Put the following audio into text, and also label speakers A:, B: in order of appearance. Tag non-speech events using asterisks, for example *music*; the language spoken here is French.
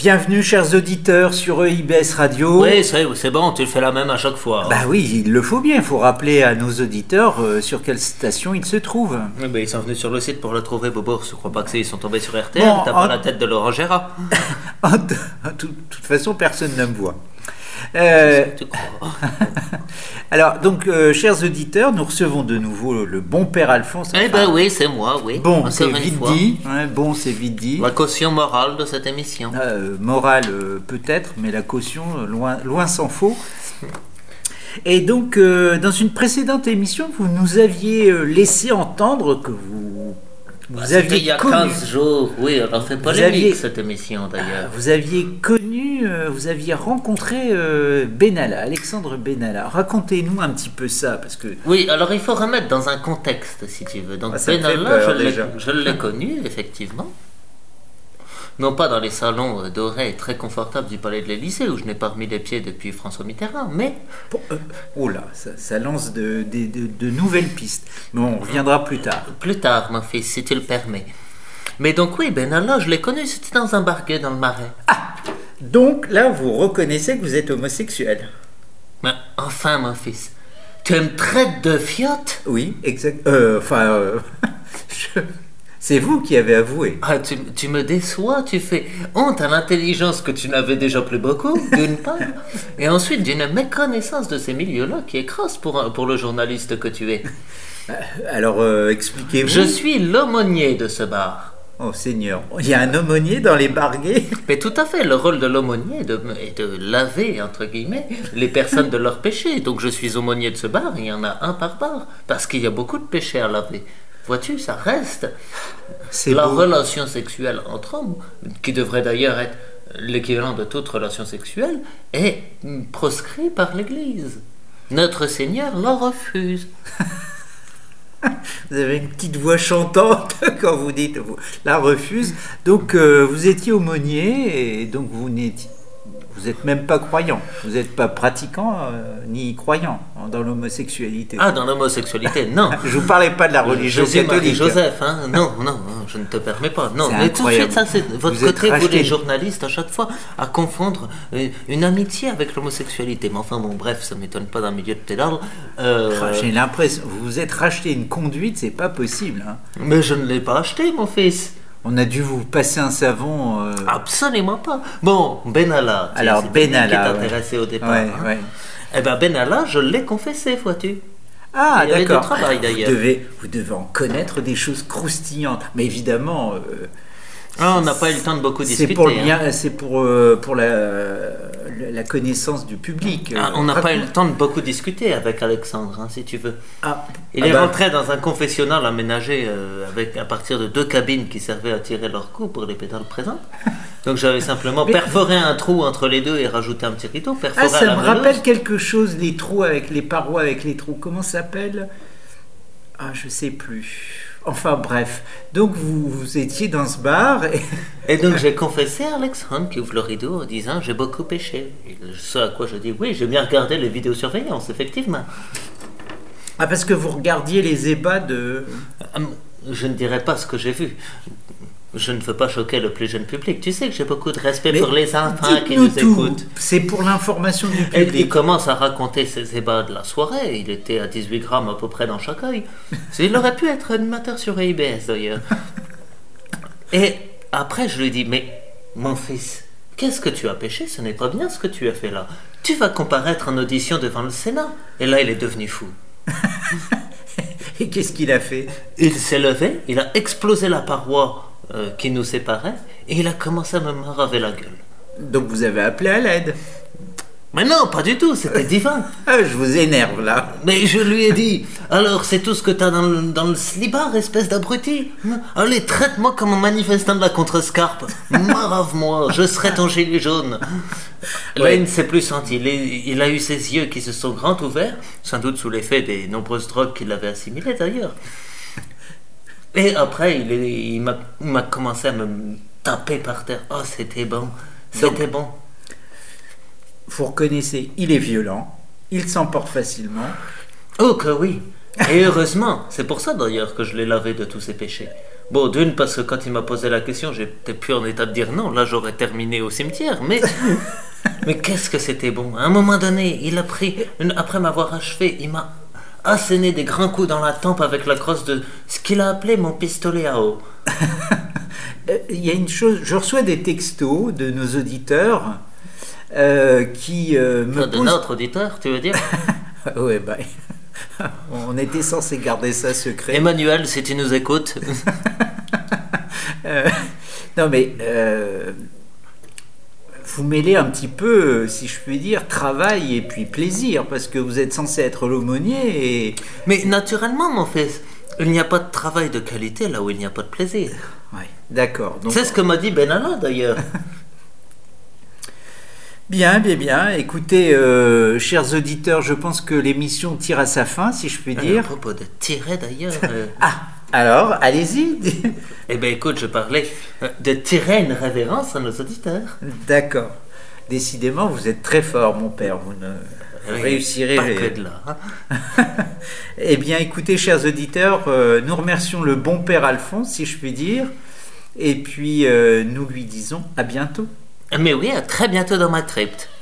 A: Bienvenue, chers auditeurs, sur E EIBS Radio.
B: Oui, c'est, c'est bon, tu fais la même à chaque fois.
A: Bah oui, il le faut bien, il faut rappeler à nos auditeurs euh, sur quelle station ils se trouvent. *laughs*
B: Eh ben, ils sont venus sur le site pour le trouver, Bobo. Je crois pas que c'est. Ils sont tombés sur RTL.
A: Bon,
B: T'as
A: en-
B: pas la tête de Laurent Gérard.
A: En t- en tout- Ah, De toute façon, personne ne me voit. Euh,
B: Tu crois
A: alors, donc, euh, chers auditeurs, nous recevons de nouveau le bon père Alphonse.
B: Eh ben oui, c'est moi, oui.
A: Bon,
B: Encore
A: c'est
B: une
A: vite
B: fois.
A: dit. hein, bon, c'est vite dit.
B: La caution morale de cette émission.
A: Euh, morale euh, peut-être, mais la caution, euh, loin, loin s'en faut. Et donc, euh, dans une précédente émission, vous nous aviez euh, laissé entendre que vous, vous
B: Bah, C'était
A: aviez
B: il y a
A: connu,
B: 15 jours, oui, on a fait polémique
A: aviez-
B: cette émission d'ailleurs.
A: euh, vous aviez connu, euh, vous aviez rencontré euh, Benalla, Alexandre Benalla. Racontez-nous un petit peu ça, parce que
B: Oui, alors il faut remettre dans un contexte, si tu veux. Donc
A: Ah, ça me fait
B: Benalla,
A: peur,
B: je l'ai-
A: déjà.
B: je l'ai connu, effectivement. Non pas dans les salons euh, dorés et très confortables du palais de l'Élysée, où je n'ai pas remis les pieds depuis François Mitterrand, mais
A: Bon, euh, oh là, ça, ça lance de, de- de- de nouvelles pistes. Mais on reviendra plus tard.
B: plus tard, mon fils, si tu le permets. Mais donc oui, Benalla, je l'ai connu, c'était dans un barquet dans le marais.
A: Donc là, vous reconnaissez que vous êtes homosexuel.
B: Mais enfin, mon fils, tu me traites de fiotte
A: Oui, exact. euh, Enfin, euh, *laughs* je- c'est vous qui avez avoué.
B: ah, tu, tu me déçois, tu fais honte à l'intelligence que tu n'avais déjà plus beaucoup, d'une part, et ensuite d'une méconnaissance de ces milieux-là qui est crasse pour, un- pour le journaliste que tu es.
A: Alors, euh, expliquez-vous.
B: Je suis l'aumônier de ce bar.
A: Oh Seigneur, il y a un aumônier dans les
B: *laughs*
A: barguets.
B: Mais tout à fait, le rôle de l'aumônier est de, est de laver, entre guillemets, les personnes de leurs péchés. Donc je suis aumônier de ce bar, il y en a un par bar, parce qu'il y a beaucoup de péchés à laver. Vois-tu, ça reste
A: C'est
B: la
A: beau.
B: relation sexuelle entre hommes, qui devrait d'ailleurs être l'équivalent de toute relation sexuelle, est mm, proscrit par l'Église. Notre Seigneur la refuse.
A: Vous avez une petite voix chantante *laughs* quand vous dites vous, la refuse. Donc, euh, vous étiez aumônier et donc vous n'êtes vous êtes même pas croyant. Vous n'êtes pas pratiquant euh, ni croyant hein, dans l'homosexualité. Ah,
B: Ah, dans l'homosexualité, non.
A: Je vous parlais pas de la religion
B: Jésus, Marie,
A: catholique.
B: Joseph, hein. non, non, non, je ne te permets pas. Non,
A: C'est
B: mais tout de
A: incroyable.
B: suite, ça, c'est votre
A: Vous êtes
B: côté, vous
A: racheté.
B: les journalistes, à chaque fois, à confondre euh, une amitié avec l'homosexualité. Mais enfin, bon, bref, ça m'étonne pas d'un milieu de Euh, pédales.
A: Ah, J'ai l'impression, vous vous êtes racheté une conduite, c'est pas possible. hein.
B: mais je ne l'ai pas acheté, mon fils.
A: On a dû vous passer un savon. euh,
B: Ah, Absolument pas. Bon, Benalla. tiens,
A: Alors,
B: c'était lui
A: Benalla,
B: Qui t'intéressait au départ.
A: Ouais,
B: hein.
A: ouais.
B: Eh ben, Benalla, je l'ai confessé, vois-tu.
A: Ah,
B: Il y avait du
A: d'accord.
B: travail,
A: vous,
B: d'ailleurs.
A: devez, vous devez en connaître des choses croustillantes. Mais évidemment, euh,
B: Ah, on n'a pas eu le temps de beaucoup discuter.
A: c'est pour, le
B: hein.
A: bien- c'est pour, euh, pour la, euh, la connaissance du public.
B: Ah, on n'a
A: Euh,
B: pas eu le temps de beaucoup discuter avec Alexandre, hein, si tu veux.
A: Ah,
B: Il
A: ah
B: est
A: bah,
B: rentré dans un confessionnal aménagé euh, avec, à partir de deux cabines qui servaient à tirer leur coup pour les pédales présentes. Donc j'avais simplement
A: Mais-
B: perforé un trou entre les deux et rajouté un petit rideau. Perforé
A: Ah,
B: à
A: ça
B: la
A: me
B: meuleuse.
A: rappelle quelque chose, les trous avec les parois, avec les trous. Comment ça s'appelle Ah, je sais plus. Enfin, bref. Donc, vous, vous étiez dans ce bar et. *laughs*
B: Et donc j'ai confessé à Alexandre qui ouvre le rideau en disant j'ai beaucoup péché. Et ce à quoi je dis oui, j'ai bien regardé les vidéosurveillances, effectivement.
A: Ah, parce que vous regardiez les ébats de.
B: Hum, Je ne dirai pas ce que j'ai vu. Je ne veux pas choquer le plus jeune public. Tu sais que j'ai beaucoup de respect
A: Mais
B: pour les enfants qui
A: Dites-nous
B: nous
A: tout.
B: écoutent.
A: C'est pour l'information du
B: Et il
A: public.
B: commence à raconter ses ébats de la soirée. Il était à 18 grammes à peu près dans chaque œil. Il aurait pu être animateur sur AIBS d'ailleurs. Et après, je lui dis Mais mon fils, qu'est-ce que tu as péché Ce n'est pas bien ce que tu as fait là. Tu vas comparaître en audition devant le Sénat. Et là, il est devenu fou.
A: Et qu'est-ce qu'il a fait
B: Il s'est levé, il a explosé la paroi euh, qui nous séparait et il a commencé à me maraver la gueule.
A: Donc vous avez appelé à l'aide.
B: Mais non, pas du tout, c'était divin.
A: Ah, je vous énerve là.
B: Mais je lui ai dit, alors c'est tout ce que t'as dans le, dans le slibard, espèce d'abruti hein Allez, traite-moi comme un manifestant de la contrescarpe. Marave-moi, je serai ton gilet jaune. Là,
A: Ouais.
B: il ne s'est plus senti. Il, est- il a eu ses yeux qui se sont grands ouverts, sans doute sous l'effet des nombreuses drogues qu'il avait assimilées d'ailleurs. Et après, il, est- il m'a il m'a commencé à me taper par terre. Oh, c'était bon, c'était bon.
A: Vous reconnaissez, il est violent, il s'emporte facilement.
B: Oh que oui Et heureusement, c'est pour ça d'ailleurs que je l'ai lavé de tous ses péchés. Bon, d'une, parce que quand il m'a posé la question, j'étais plus en état de dire non. Là, j'aurais terminé au cimetière. Mais, mais qu'est-ce que c'était bon. À un moment donné, il a pris, une- après m'avoir achevé, il m'a asséné des grands coups dans la tempe avec la crosse de ce qu'il a appelé mon pistolet à eau.
A: Euh, Il y a une chose, je reçois des textos de nos auditeurs euh, qui euh, me
B: Enfin, de
A: posent. *laughs*
B: notre auditeur, tu veux dire
A: Ouais, bah, *laughs* on était censé garder ça secret.
B: Emmanuel, si tu nous écoutes.
A: Euh, *laughs* non, mais euh, vous mêlez un petit peu, si je puis dire, travail et puis plaisir, parce que vous êtes censé être l'aumônier et.
B: Mais naturellement, mon fils, il n'y a pas de travail de qualité là où il n'y a pas de plaisir.
A: Ouais, d'accord. donc-
B: C'est ce que m'a dit Benalla d'ailleurs.
A: Bien, bien, bien. Écoutez, euh, chers auditeurs, je pense que l'émission tire à sa fin, si je puis
B: À
A: dire.
B: propos de tirer d'ailleurs. euh,
A: Ah, alors, allez-y. *laughs*
B: eh bien écoute, je parlais euh, de tirer une révérence à nos auditeurs.
A: D'accord. Décidément, vous êtes très fort, mon père. Vous ne vous
B: Oui,
A: réussirez.
B: Pas que de là. hein.
A: Eh bien, écoutez, chers auditeurs, euh, nous remercions le bon père Alphonse, si je puis dire. Et puis, euh, nous lui disons à bientôt.
B: Mais oui, à très bientôt dans ma crypte.